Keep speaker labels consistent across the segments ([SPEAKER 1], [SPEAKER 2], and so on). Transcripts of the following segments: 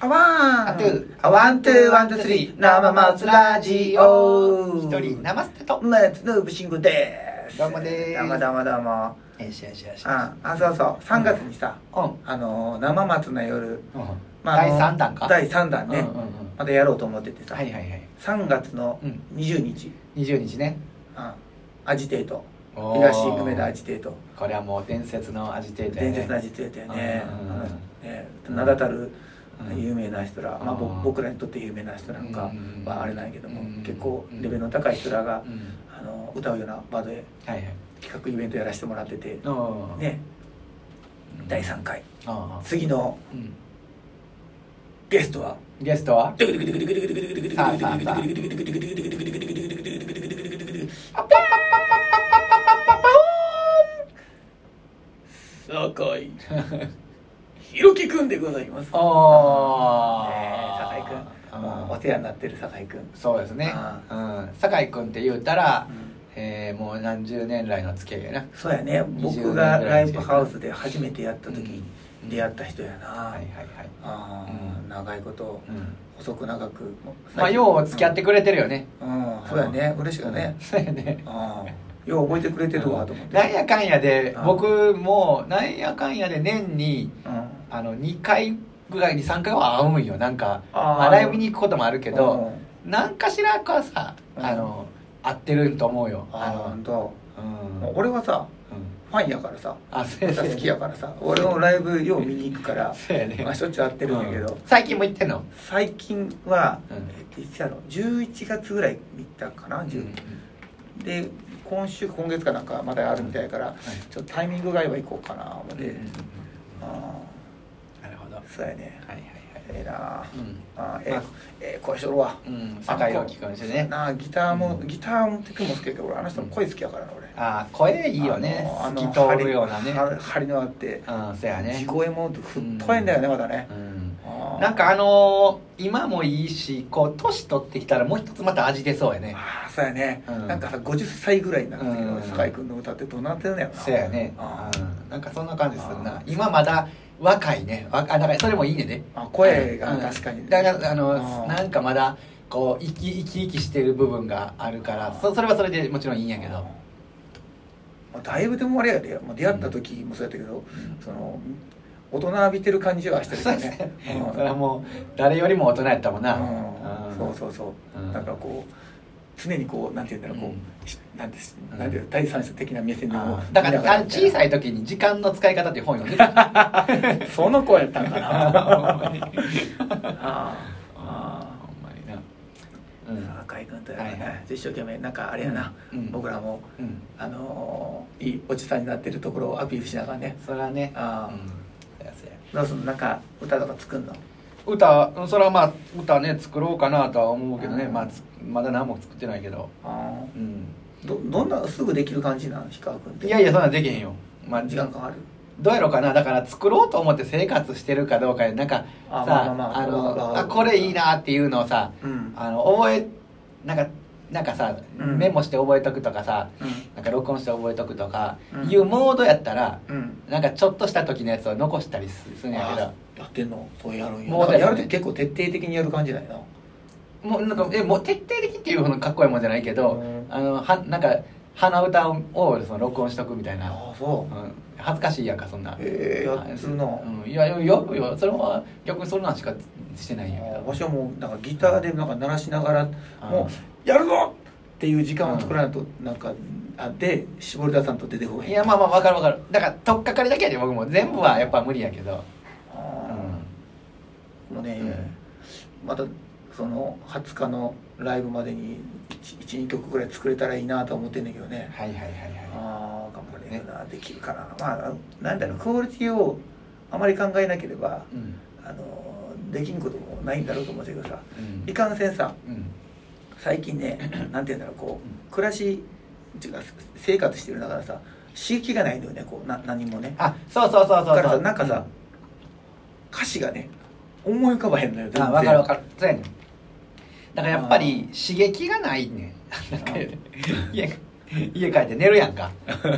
[SPEAKER 1] あわ
[SPEAKER 2] あ
[SPEAKER 1] ん
[SPEAKER 2] とゥー、あワン、ツー、ワン、ツー、スリー、生松ラジオ一人、生捨てと。
[SPEAKER 1] 松信慎吾です
[SPEAKER 2] どうもです
[SPEAKER 1] どうもどうもどうも
[SPEAKER 2] よしよしよし。
[SPEAKER 1] ああそうそう3月にさ、
[SPEAKER 2] うん。うん。
[SPEAKER 1] あのー生松の夜、まああ
[SPEAKER 2] 第
[SPEAKER 1] の
[SPEAKER 2] 3弾か。
[SPEAKER 1] 第3弾ね、
[SPEAKER 2] うんうんうん
[SPEAKER 1] またやろうと思っててさ、
[SPEAKER 2] はいはいはい。
[SPEAKER 1] 3月の
[SPEAKER 2] うん
[SPEAKER 1] 20日、
[SPEAKER 2] 20日ね。
[SPEAKER 1] あアジテート
[SPEAKER 2] おー
[SPEAKER 1] 東梅田アジテート
[SPEAKER 2] これはもう伝説の味テータやね
[SPEAKER 1] 伝説のアジテートやね,
[SPEAKER 2] う
[SPEAKER 1] あ
[SPEAKER 2] んうんうん
[SPEAKER 1] の、ね名だたる
[SPEAKER 2] うん
[SPEAKER 1] 有名な人ら、まあ、ぼ
[SPEAKER 2] うん
[SPEAKER 1] 僕らにとって有名な人なんか
[SPEAKER 2] うん
[SPEAKER 1] はあれなんやけども、
[SPEAKER 2] うん
[SPEAKER 1] 結構レベルの高い人らが、
[SPEAKER 2] うん
[SPEAKER 1] あの歌うようなバードで
[SPEAKER 2] はいはい。
[SPEAKER 1] 企画イベントやらせてもらってて、
[SPEAKER 2] おー。
[SPEAKER 1] ね、第3回
[SPEAKER 2] おー。
[SPEAKER 1] 次の
[SPEAKER 2] うん
[SPEAKER 1] ゲストは
[SPEAKER 2] ゲストはさあさあさあ。
[SPEAKER 1] 酒井ひろきくんでございます
[SPEAKER 2] おー
[SPEAKER 1] ねえ酒井くんもうお世話になってる酒井くん、
[SPEAKER 2] そうですね
[SPEAKER 1] あ。
[SPEAKER 2] うん。酒井君って言うたら
[SPEAKER 1] う、ん
[SPEAKER 2] えーもう何十年来の付き合いやな。
[SPEAKER 1] そうやね僕がライブハウスで初めてやった時出会った人やな、
[SPEAKER 2] はいはいはい。
[SPEAKER 1] あー長いこと
[SPEAKER 2] うん。
[SPEAKER 1] 細く長く
[SPEAKER 2] まあ、よう付き合ってくれてるよね。
[SPEAKER 1] うん、そうやね嬉しいよね、
[SPEAKER 2] そうやね。
[SPEAKER 1] うん、よう覚えてくれてるわと思って
[SPEAKER 2] なんやかんやで
[SPEAKER 1] うん
[SPEAKER 2] 僕もなんやかんやで年に
[SPEAKER 1] うん
[SPEAKER 2] あの2回ぐらいに3回は会うんよなんか
[SPEAKER 1] あー
[SPEAKER 2] まあライブに行くこともあるけど
[SPEAKER 1] うん
[SPEAKER 2] なんかしらかさ
[SPEAKER 1] うん
[SPEAKER 2] あの会ってると思うよ
[SPEAKER 1] あの
[SPEAKER 2] あ
[SPEAKER 1] 本当
[SPEAKER 2] のうん
[SPEAKER 1] もう俺はさ
[SPEAKER 2] うん
[SPEAKER 1] ファンやからさ
[SPEAKER 2] あそうや
[SPEAKER 1] 歌
[SPEAKER 2] ね
[SPEAKER 1] 好きやからさ俺もライブよう見に行くから、
[SPEAKER 2] そうやね
[SPEAKER 1] まあ、しょっちゅう会ってるんやけど、
[SPEAKER 2] うん最近も行ってんの
[SPEAKER 1] 最近は、
[SPEAKER 2] うん
[SPEAKER 1] えっといつやろ11月ぐらい見たかな、10で今週今月かなんかまだあるみたいやから、ちょっとタイミングが合えば行こうかな思って、あ
[SPEAKER 2] なるほどは
[SPEAKER 1] あそうやね
[SPEAKER 2] いはいはい
[SPEAKER 1] ええなあ
[SPEAKER 2] うん
[SPEAKER 1] あええ
[SPEAKER 2] まあ
[SPEAKER 1] ええ声しとるわ
[SPEAKER 2] うん酒井大きくんしてね
[SPEAKER 1] なあギターも、
[SPEAKER 2] うん
[SPEAKER 1] ギターもテクも好きやけど俺あの人の声好きやからな俺
[SPEAKER 2] あー声いいよね
[SPEAKER 1] あ
[SPEAKER 2] 透
[SPEAKER 1] の
[SPEAKER 2] き通るようなね
[SPEAKER 1] あの張り張りのあって
[SPEAKER 2] うんそうやね
[SPEAKER 1] 地声も太いんだよねまだね
[SPEAKER 2] うん
[SPEAKER 1] あー
[SPEAKER 2] なんかあのー今もいいしこう年取ってきたらもう一つまた味出そうやね
[SPEAKER 1] ああそうやね
[SPEAKER 2] うん
[SPEAKER 1] なんかさ50歳ぐらいになって
[SPEAKER 2] うん
[SPEAKER 1] 酒井君の歌ってどうなってんのやろな
[SPEAKER 2] そうやね
[SPEAKER 1] あ
[SPEAKER 2] うんなんかそんな感じする
[SPEAKER 1] あ
[SPEAKER 2] な
[SPEAKER 1] ー
[SPEAKER 2] 今まだ若いねわあだからそれもいいねね
[SPEAKER 1] あ声が
[SPEAKER 2] うん
[SPEAKER 1] 確かに
[SPEAKER 2] だからあの
[SPEAKER 1] あー
[SPEAKER 2] なんかまだこう生き生き生きしてる部分があるからそそれはそれでもちろんいいんやけど
[SPEAKER 1] まあだいぶでもあれやでもう出会った時もそうやったけどその大人びてる感じはしてる
[SPEAKER 2] そ
[SPEAKER 1] よ
[SPEAKER 2] うですね
[SPEAKER 1] ね
[SPEAKER 2] それはもう誰よりも大人やったもんな
[SPEAKER 1] うんそう
[SPEAKER 2] う
[SPEAKER 1] そうそううんなんかこう常にこうなんて言うんだろうこ
[SPEAKER 2] う
[SPEAKER 1] うしなんです
[SPEAKER 2] うん
[SPEAKER 1] なんていうの第三者的な目線でも
[SPEAKER 2] あーだからあの小さ
[SPEAKER 1] い
[SPEAKER 2] い時に「時間の使い方」っていう本読んで た
[SPEAKER 1] その子やったんかな
[SPEAKER 2] ほん まに
[SPEAKER 1] ああ
[SPEAKER 2] ほんまになう
[SPEAKER 1] うん
[SPEAKER 2] ん
[SPEAKER 1] 赤井君とやら
[SPEAKER 2] はいは
[SPEAKER 1] ね
[SPEAKER 2] い
[SPEAKER 1] 一生懸命なんかあれやな
[SPEAKER 2] うんうん
[SPEAKER 1] 僕らも
[SPEAKER 2] うん
[SPEAKER 1] あのーいいおじさんになってるところをアピールしながらね
[SPEAKER 2] それはね
[SPEAKER 1] あ
[SPEAKER 2] う
[SPEAKER 1] ー
[SPEAKER 2] んそやそや
[SPEAKER 1] どうすんのなんか歌とか作んの
[SPEAKER 2] 歌うんそれはまあ歌ね作ろうかなとは思うけどね、
[SPEAKER 1] うん
[SPEAKER 2] まあ、つまだ何も作ってないけど、
[SPEAKER 1] あ
[SPEAKER 2] うん、
[SPEAKER 1] ーどどんなすぐできる感じなの氷川君って
[SPEAKER 2] いやいやそんなんできへんよ、まあ、
[SPEAKER 1] 時間かかる
[SPEAKER 2] どうやろうかなだから作ろうと思って生活してるかどうかでなんか
[SPEAKER 1] あ
[SPEAKER 2] さ
[SPEAKER 1] まあまあまあ
[SPEAKER 2] あ
[SPEAKER 1] わかるわ
[SPEAKER 2] の
[SPEAKER 1] かる
[SPEAKER 2] あこれいいなっていうのをさ
[SPEAKER 1] うん
[SPEAKER 2] あの覚えなんかなんかさ、
[SPEAKER 1] うん
[SPEAKER 2] メモして覚えとくとかさ
[SPEAKER 1] う
[SPEAKER 2] なんか録音して覚えとくとか
[SPEAKER 1] うん
[SPEAKER 2] いうモードやったら、
[SPEAKER 1] んうん
[SPEAKER 2] なんかちょっとした時のやつを残したりすするんやけど
[SPEAKER 1] あーやってんのそうやるんや
[SPEAKER 2] も
[SPEAKER 1] な
[SPEAKER 2] う
[SPEAKER 1] んかやる
[SPEAKER 2] だよ
[SPEAKER 1] と
[SPEAKER 2] ね
[SPEAKER 1] 結構徹底的にやる感じだよ
[SPEAKER 2] もうなんかえもう徹底的っていうほどかっこいいもんじゃないけど、
[SPEAKER 1] うん
[SPEAKER 2] あのはなんか鼻歌ををその録音しとくみたい
[SPEAKER 1] な
[SPEAKER 2] な、、
[SPEAKER 1] ああそううん
[SPEAKER 2] 恥ずかしいやんかそんな
[SPEAKER 1] ええやってるな
[SPEAKER 2] うん、いやよよくよそれは逆にそんなんしかしてないんやけ
[SPEAKER 1] あー
[SPEAKER 2] ど
[SPEAKER 1] わしはもうなんかギターでなんか鳴らしながら
[SPEAKER 2] あー
[SPEAKER 1] もうやるぞっていう時間を作らないとなんかあで絞り出さんと出てこへん
[SPEAKER 2] いやまあまあわかるわかるだから取っかかりだけやで僕も全部はやっぱ無理やけど、う
[SPEAKER 1] あ
[SPEAKER 2] ん、
[SPEAKER 1] ーもうね、
[SPEAKER 2] う
[SPEAKER 1] またその20日のライブまでに12曲ぐらい作れたらいいなと思ってんだけどね
[SPEAKER 2] はいはいはいは
[SPEAKER 1] ああ頑張れるな、できるかなまあなんだろうクオリティをあまり考えなければ
[SPEAKER 2] いうん
[SPEAKER 1] あのできんこともないんだろうと思うんだけどさ
[SPEAKER 2] うん
[SPEAKER 1] いかんせんさ
[SPEAKER 2] うん
[SPEAKER 1] 最近ね なんて言うんだろうこ
[SPEAKER 2] う
[SPEAKER 1] う暮らしっていうか生活してる中でさ刺激がないんだよねこうな何もね
[SPEAKER 2] あそうそうそう
[SPEAKER 1] だ
[SPEAKER 2] そう
[SPEAKER 1] から
[SPEAKER 2] そ
[SPEAKER 1] さ
[SPEAKER 2] う
[SPEAKER 1] なんかさ、歌詞がね思い浮かばへんのよ
[SPEAKER 2] あ分かる分かるそうやねんだからやっぱり刺激がないねんなんか家家帰って寝るやんか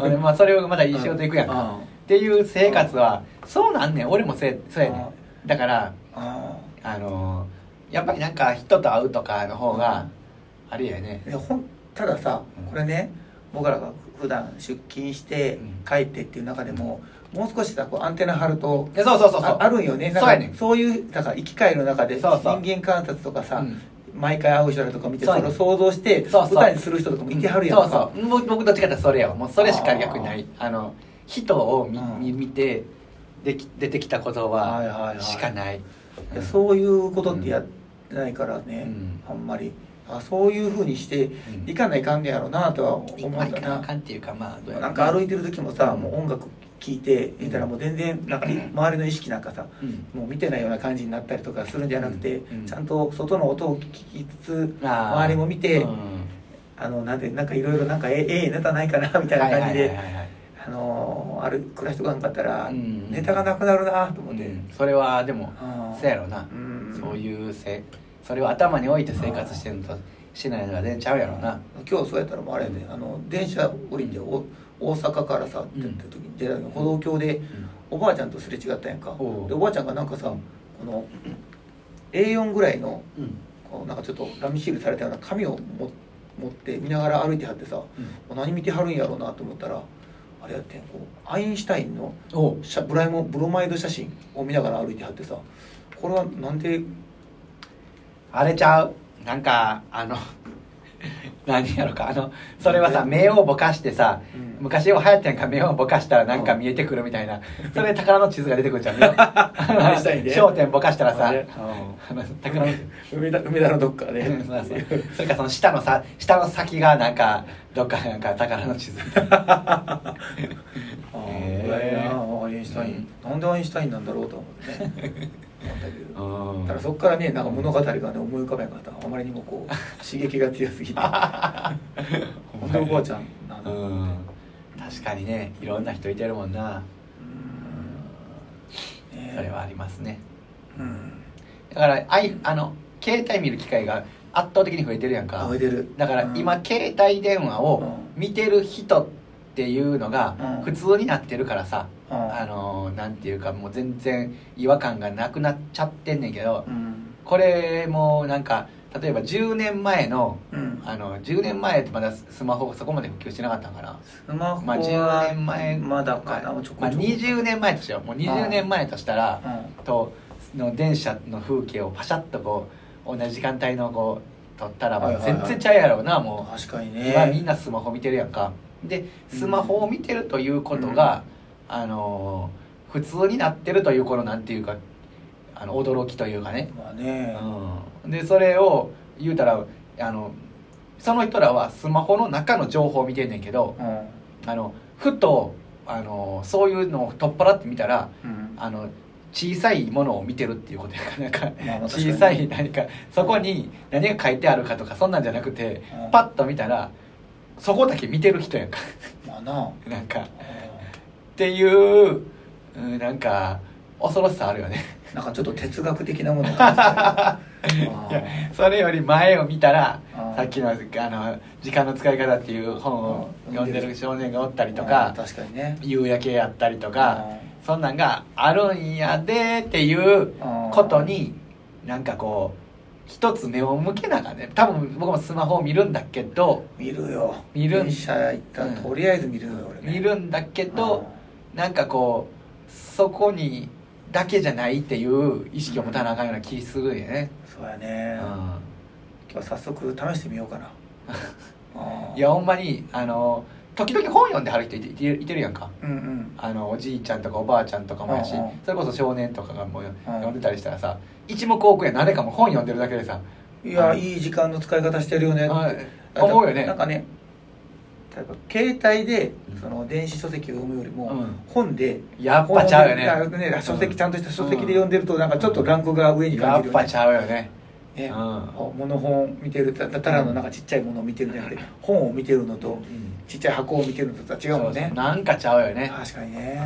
[SPEAKER 2] 俺まあそれをまだいい仕事行くやんか
[SPEAKER 1] あ
[SPEAKER 2] っていう生活はそうなんねん俺もせそうやね
[SPEAKER 1] あ
[SPEAKER 2] んだから
[SPEAKER 1] ああ
[SPEAKER 2] あのやっぱりなんか人と会うとかの方があれやね
[SPEAKER 1] いやほんたださ
[SPEAKER 2] うん
[SPEAKER 1] これね、僕らが普段出勤して
[SPEAKER 2] うん
[SPEAKER 1] 帰ってっていう中でも、もう少しさこうアンテナ張ると
[SPEAKER 2] いやそうそうそうそう
[SPEAKER 1] ああるんよねなん
[SPEAKER 2] そう
[SPEAKER 1] か
[SPEAKER 2] やねん
[SPEAKER 1] そういうだから生き返る中で
[SPEAKER 2] そうそう
[SPEAKER 1] 人間観察とかさ、
[SPEAKER 2] うん
[SPEAKER 1] 毎回会う人らとか見て
[SPEAKER 2] そ
[SPEAKER 1] そう
[SPEAKER 2] や
[SPEAKER 1] れ
[SPEAKER 2] ねん
[SPEAKER 1] を想像して
[SPEAKER 2] そうそう
[SPEAKER 1] 歌にする人とかもいてはるやん
[SPEAKER 2] う
[SPEAKER 1] か、
[SPEAKER 2] んそうそう僕僕どっちかってそれやわもうそれしか逆にないあの人を見,
[SPEAKER 1] うん
[SPEAKER 2] 見、見てでき出てきた
[SPEAKER 1] は
[SPEAKER 2] 言
[SPEAKER 1] い
[SPEAKER 2] 葉
[SPEAKER 1] はいはい
[SPEAKER 2] しかない,
[SPEAKER 1] い
[SPEAKER 2] うん、
[SPEAKER 1] やそういうことってやってないからね、
[SPEAKER 2] うん
[SPEAKER 1] あんまりあそういうふうにして
[SPEAKER 2] うん
[SPEAKER 1] いかないかんねやろうなとは思うん
[SPEAKER 2] まあいか
[SPEAKER 1] だ
[SPEAKER 2] なあ
[SPEAKER 1] な
[SPEAKER 2] かんっていうかまあどうやろ
[SPEAKER 1] な
[SPEAKER 2] うん
[SPEAKER 1] か歩いてる時もさ、
[SPEAKER 2] うん
[SPEAKER 1] もう音楽聴いていたらもう全然なんか周りの意識なんかさ
[SPEAKER 2] うん
[SPEAKER 1] もう見てないような感じになったりとかするんじゃなくて、
[SPEAKER 2] うんうん
[SPEAKER 1] ちゃんと外の音を聞きつつ
[SPEAKER 2] あー
[SPEAKER 1] 周りも見て、
[SPEAKER 2] うん
[SPEAKER 1] あのなんでなんかいろいろなんかええええネタないかなみたいな感じ
[SPEAKER 2] はい
[SPEAKER 1] で
[SPEAKER 2] はいはいはい
[SPEAKER 1] あのーある暮らしとかんかったら、
[SPEAKER 2] うん
[SPEAKER 1] ネタがなくなるなと思って、
[SPEAKER 2] うんそれはでも
[SPEAKER 1] あー
[SPEAKER 2] そうやろうな、
[SPEAKER 1] うん
[SPEAKER 2] そういうせそれを頭に置いて生活してるのとしてないのは全然ちゃうやろうな
[SPEAKER 1] 今日そうやったらもうあれやで、あの電車降りてお大阪からさって言った時に出た時に歩道橋でおばあちゃんとすれ違ったやんか、
[SPEAKER 2] おう
[SPEAKER 1] でおばあちゃんがなんかさこの A4 ぐらいの
[SPEAKER 2] うん、
[SPEAKER 1] こうなんかちょっとラミシールされたような紙をも持って見ながら歩いてはってさ、もう何見てはるんやろうなと思ったらあれやってんこうアインシュタインの
[SPEAKER 2] おう
[SPEAKER 1] 写ブライモブロマイド写真を見ながら歩いてはってさこれはなんで
[SPEAKER 2] あれちゃうなんかあの 何やろかあのそれはさ目をぼかしてさ、
[SPEAKER 1] うん
[SPEAKER 2] 昔よう流行ってんか目をぼかしたらなんか見えてくるみたいな、それで宝の地図が出てく るじゃん
[SPEAKER 1] アインシュタインで
[SPEAKER 2] 焦点ぼかしたらさ
[SPEAKER 1] あれ
[SPEAKER 2] あの宝の地図
[SPEAKER 1] 梅田梅田のどっかで、
[SPEAKER 2] うんそうそうそれかその下のさ下の先がなんかどっかなんか宝の地図みたいな
[SPEAKER 1] ああ、
[SPEAKER 2] へ
[SPEAKER 1] え
[SPEAKER 2] え
[SPEAKER 1] なアインシュタイン、なんでアインシュタインなんだろうと思って ね思ったけど
[SPEAKER 2] うん
[SPEAKER 1] だからそこからねなんか物語がね思い浮かべなかったあまりにもこう刺激が強す ぎてほんでおばあちゃんなんだ
[SPEAKER 2] うん確かにねいろんな人いてるもんな、
[SPEAKER 1] うんねえ
[SPEAKER 2] それはありますね
[SPEAKER 1] うん
[SPEAKER 2] だからあいあの携帯見る機会が圧倒的に増えてるやんか
[SPEAKER 1] あえてる
[SPEAKER 2] だから今、携帯電話を見てる人っていうのが
[SPEAKER 1] う
[SPEAKER 2] 普
[SPEAKER 1] ん
[SPEAKER 2] 通になってるからさ、
[SPEAKER 1] うん
[SPEAKER 2] あのなんていうかもう全然違和感がなくなっちゃってんねんけど、
[SPEAKER 1] うん
[SPEAKER 2] これもなんか例えば10年前の
[SPEAKER 1] うん、
[SPEAKER 2] あの10年前ってまだスマホそこまで普及してなかったんから
[SPEAKER 1] スマホ
[SPEAKER 2] まあ
[SPEAKER 1] は
[SPEAKER 2] 10年前
[SPEAKER 1] まだかな、
[SPEAKER 2] まあ、
[SPEAKER 1] ちょこちょこ、
[SPEAKER 2] まあ20年前としようもう20年前としたら、との電車の風景をパシャッとこう同じ時間帯のこう撮ったらも
[SPEAKER 1] はいうはいはい
[SPEAKER 2] 全然ちゃうやろうな
[SPEAKER 1] うん
[SPEAKER 2] も
[SPEAKER 1] 確かに
[SPEAKER 2] う今み
[SPEAKER 1] ね
[SPEAKER 2] んなスマホ見てるやんかでスマホを見てるということが、あのー普通になってるというこのなんていうかあの驚きというかね、
[SPEAKER 1] まあね、
[SPEAKER 2] うん、でそれを言うたらあのその人らはスマホの中の情報を見てんねんけど
[SPEAKER 1] うん
[SPEAKER 2] あのふとあのそういうのを取っ払ってみたら
[SPEAKER 1] うん
[SPEAKER 2] あの小さいものを見てるっていうことやからなんか
[SPEAKER 1] まあまあ確かに
[SPEAKER 2] 小さい何かそこに何が書いてあるかとかそんなんじゃなくて
[SPEAKER 1] うん
[SPEAKER 2] パッと見たらそこだけ見てる人やんか
[SPEAKER 1] まあな、
[SPEAKER 2] なんかっ
[SPEAKER 1] う
[SPEAKER 2] ていううんなんか恐ろしさある よね
[SPEAKER 1] んなんかちょっと哲学的なものを感じたよ
[SPEAKER 2] いやそれより前を見たら
[SPEAKER 1] うん
[SPEAKER 2] さっきのあの「時間の使い方」っていう本を
[SPEAKER 1] うん
[SPEAKER 2] 読んでる少年がおったりと
[SPEAKER 1] うん
[SPEAKER 2] か
[SPEAKER 1] 確かにね
[SPEAKER 2] 夕焼けやったりとか
[SPEAKER 1] う
[SPEAKER 2] そんなんがあるんやでっていうことになんかこう一つ目を向けながらね多分僕もスマホを見るんだけど
[SPEAKER 1] 見るよ
[SPEAKER 2] 見る
[SPEAKER 1] 電車行ったら
[SPEAKER 2] うん
[SPEAKER 1] とりあえず見るのよ俺ね
[SPEAKER 2] 見るんだけどなんかこうそこにだけじゃないっていう意識を持たなあかんような気するんやね
[SPEAKER 1] うんそうやね今日早速試してみようか な
[SPEAKER 2] うん
[SPEAKER 1] あー
[SPEAKER 2] いやほんまにあの時々本読んではる人いていていてるやんか
[SPEAKER 1] うんうん
[SPEAKER 2] あのおじいちゃんとかおばあちゃんとかもやし
[SPEAKER 1] うんうん
[SPEAKER 2] それこそ少年とかがもう読んでたりしたらさ一目置くやん誰かも本読んでるだけでさ
[SPEAKER 1] いや、
[SPEAKER 2] うん
[SPEAKER 1] いい時間の使い方してるよね
[SPEAKER 2] あ
[SPEAKER 1] あと
[SPEAKER 2] 思うよね
[SPEAKER 1] なんかね例えば携帯で
[SPEAKER 2] うん
[SPEAKER 1] その電子書籍を読むよりも、
[SPEAKER 2] うん
[SPEAKER 1] 本で
[SPEAKER 2] やっぱちゃうよね
[SPEAKER 1] 本でね書
[SPEAKER 2] う
[SPEAKER 1] 籍
[SPEAKER 2] ん
[SPEAKER 1] ちゃんとした書籍で読んでるとなんかちょっとランクが上に
[SPEAKER 2] や
[SPEAKER 1] 感
[SPEAKER 2] っ
[SPEAKER 1] じるよ
[SPEAKER 2] ぱ
[SPEAKER 1] ね
[SPEAKER 2] ちゃうよね
[SPEAKER 1] ね
[SPEAKER 2] うん
[SPEAKER 1] あモノ本見てるたただのなんかちっちゃいものを見てるんじゃなくて本を見てるのとちっちゃい箱を見てるのとは違うもんね
[SPEAKER 2] そうそうなんかちゃうよね
[SPEAKER 1] 確かにね
[SPEAKER 2] うん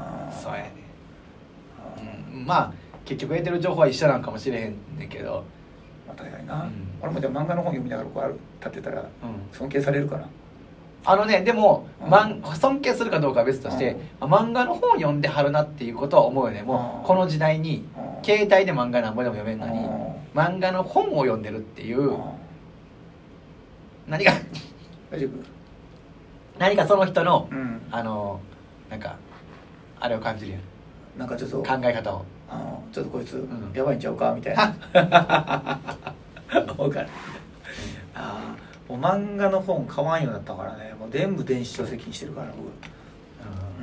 [SPEAKER 1] あー
[SPEAKER 2] そうやね、うん、まあ結局得てる情報は一緒なんかもしれへんねんけど、
[SPEAKER 1] まあ確かにな、
[SPEAKER 2] うん
[SPEAKER 1] 俺もじゃあ漫画の本読みながらこうある立ってたら
[SPEAKER 2] うん、
[SPEAKER 1] 尊敬されるかな
[SPEAKER 2] あのねでも、
[SPEAKER 1] うん
[SPEAKER 2] まん、尊敬するかどうかは別として、まあ漫画の本読んではるなっていうことは思うよねもう、
[SPEAKER 1] うん
[SPEAKER 2] この時代に
[SPEAKER 1] うん
[SPEAKER 2] 携帯で漫画なんぼでも読めるのに
[SPEAKER 1] うん
[SPEAKER 2] 漫画の本を読んでるっていう
[SPEAKER 1] あ
[SPEAKER 2] 何か
[SPEAKER 1] ー大丈夫
[SPEAKER 2] 何かその人の
[SPEAKER 1] うん
[SPEAKER 2] あのなんかあれを感じるやん
[SPEAKER 1] なんかちょっと
[SPEAKER 2] 考え方を
[SPEAKER 1] あのちょっとこいつ、
[SPEAKER 2] ん
[SPEAKER 1] やばいんちゃうかみたいな分かるああもう漫画の本買わんようになったからねもう全部電子書籍にしてるから僕う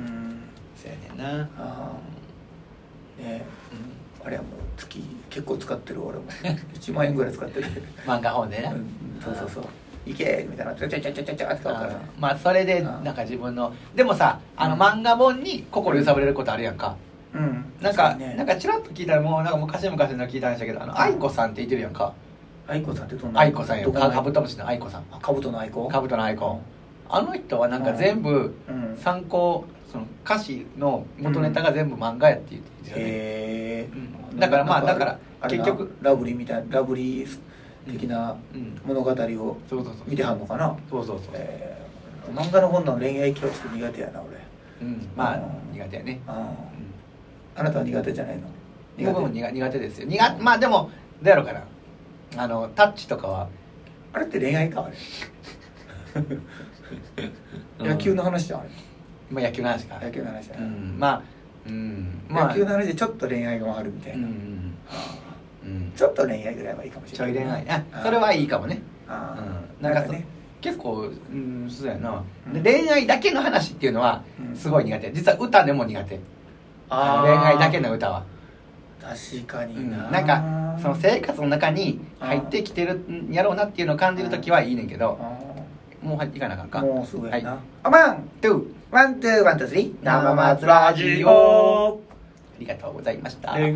[SPEAKER 2] うん
[SPEAKER 1] ん
[SPEAKER 2] そうやねんな
[SPEAKER 1] ああねえ
[SPEAKER 2] うん
[SPEAKER 1] あれはもう月結構使ってる俺 も1万円ぐらい使ってる
[SPEAKER 2] 漫画本でね
[SPEAKER 1] うんそうそうそう「いけ!」みたいな「ちゃちゃちゃちゃちゃちゃ」って買うからね
[SPEAKER 2] まあそれで
[SPEAKER 1] うん
[SPEAKER 2] なんか自分のでもさあの漫画本に心揺さぶれることあるやんか
[SPEAKER 1] うん
[SPEAKER 2] なんか
[SPEAKER 1] 確にね
[SPEAKER 2] なんかチラッと聞いたらもうなんか昔々の聞いたんでしたけどあの愛子さんって言ってるやんか
[SPEAKER 1] 愛子さんってどんな
[SPEAKER 2] 愛子さんよ
[SPEAKER 1] どこの
[SPEAKER 2] かカブトムシの愛子さん
[SPEAKER 1] あカブトの愛子
[SPEAKER 2] カブトの愛子あの人はなんか全部
[SPEAKER 1] うんへ
[SPEAKER 2] 参考その歌詞の元ネタが全部漫画やって言ってたよね
[SPEAKER 1] え
[SPEAKER 2] うんだからまあだから結
[SPEAKER 1] 結
[SPEAKER 2] 局
[SPEAKER 1] 局ラブリーみたいなラブリー的な
[SPEAKER 2] うん
[SPEAKER 1] 物語を
[SPEAKER 2] そうそうそう
[SPEAKER 1] 見てはんのかな
[SPEAKER 2] そうそうそう
[SPEAKER 1] えー漫画の本の恋愛教室苦手やな俺
[SPEAKER 2] うんまあ
[SPEAKER 1] うん
[SPEAKER 2] 苦手やね
[SPEAKER 1] あ
[SPEAKER 2] う
[SPEAKER 1] ー
[SPEAKER 2] ん
[SPEAKER 1] あなたは苦手じゃないの苦手
[SPEAKER 2] 僕も苦苦手ですよ苦まあでもどうやろうかなあのタッチとかは
[SPEAKER 1] あれって恋愛かあれ野球の話じゃんあれ
[SPEAKER 2] まあ野球の話か
[SPEAKER 1] 野球の話だ
[SPEAKER 2] う
[SPEAKER 1] な、
[SPEAKER 2] んまあうんまあ
[SPEAKER 1] 野球の話でちょっと恋愛があるみた
[SPEAKER 2] う
[SPEAKER 1] い
[SPEAKER 2] んう
[SPEAKER 1] な、
[SPEAKER 2] んうん
[SPEAKER 1] ちょっと恋愛ぐらいはいいかもし
[SPEAKER 2] ちょ
[SPEAKER 1] れ
[SPEAKER 2] い
[SPEAKER 1] な
[SPEAKER 2] 恋
[SPEAKER 1] い
[SPEAKER 2] 愛あ
[SPEAKER 1] あー
[SPEAKER 2] それはいいかもねう
[SPEAKER 1] あ
[SPEAKER 2] ん
[SPEAKER 1] ーな
[SPEAKER 2] な
[SPEAKER 1] んん
[SPEAKER 2] か
[SPEAKER 1] かね
[SPEAKER 2] そ結構うんそうやな
[SPEAKER 1] うん
[SPEAKER 2] で恋愛だけの話っていうのは
[SPEAKER 1] うん
[SPEAKER 2] すごい苦手実は歌でも苦手あ
[SPEAKER 1] ー
[SPEAKER 2] の恋愛だけの歌は
[SPEAKER 1] 確か
[SPEAKER 2] う
[SPEAKER 1] に
[SPEAKER 2] ん
[SPEAKER 1] な、
[SPEAKER 2] なんかその生活の中に入ってきてるんやろうなっていうのを感じる時はいいねんけど
[SPEAKER 1] あ
[SPEAKER 2] もう入っていかなあかん
[SPEAKER 1] ー
[SPEAKER 2] か
[SPEAKER 1] もうすごいな、
[SPEAKER 2] は
[SPEAKER 1] あまん
[SPEAKER 2] トゥー
[SPEAKER 1] ワンツーワンツースリー
[SPEAKER 2] 生松ラジオありがとうございました。
[SPEAKER 1] 恋愛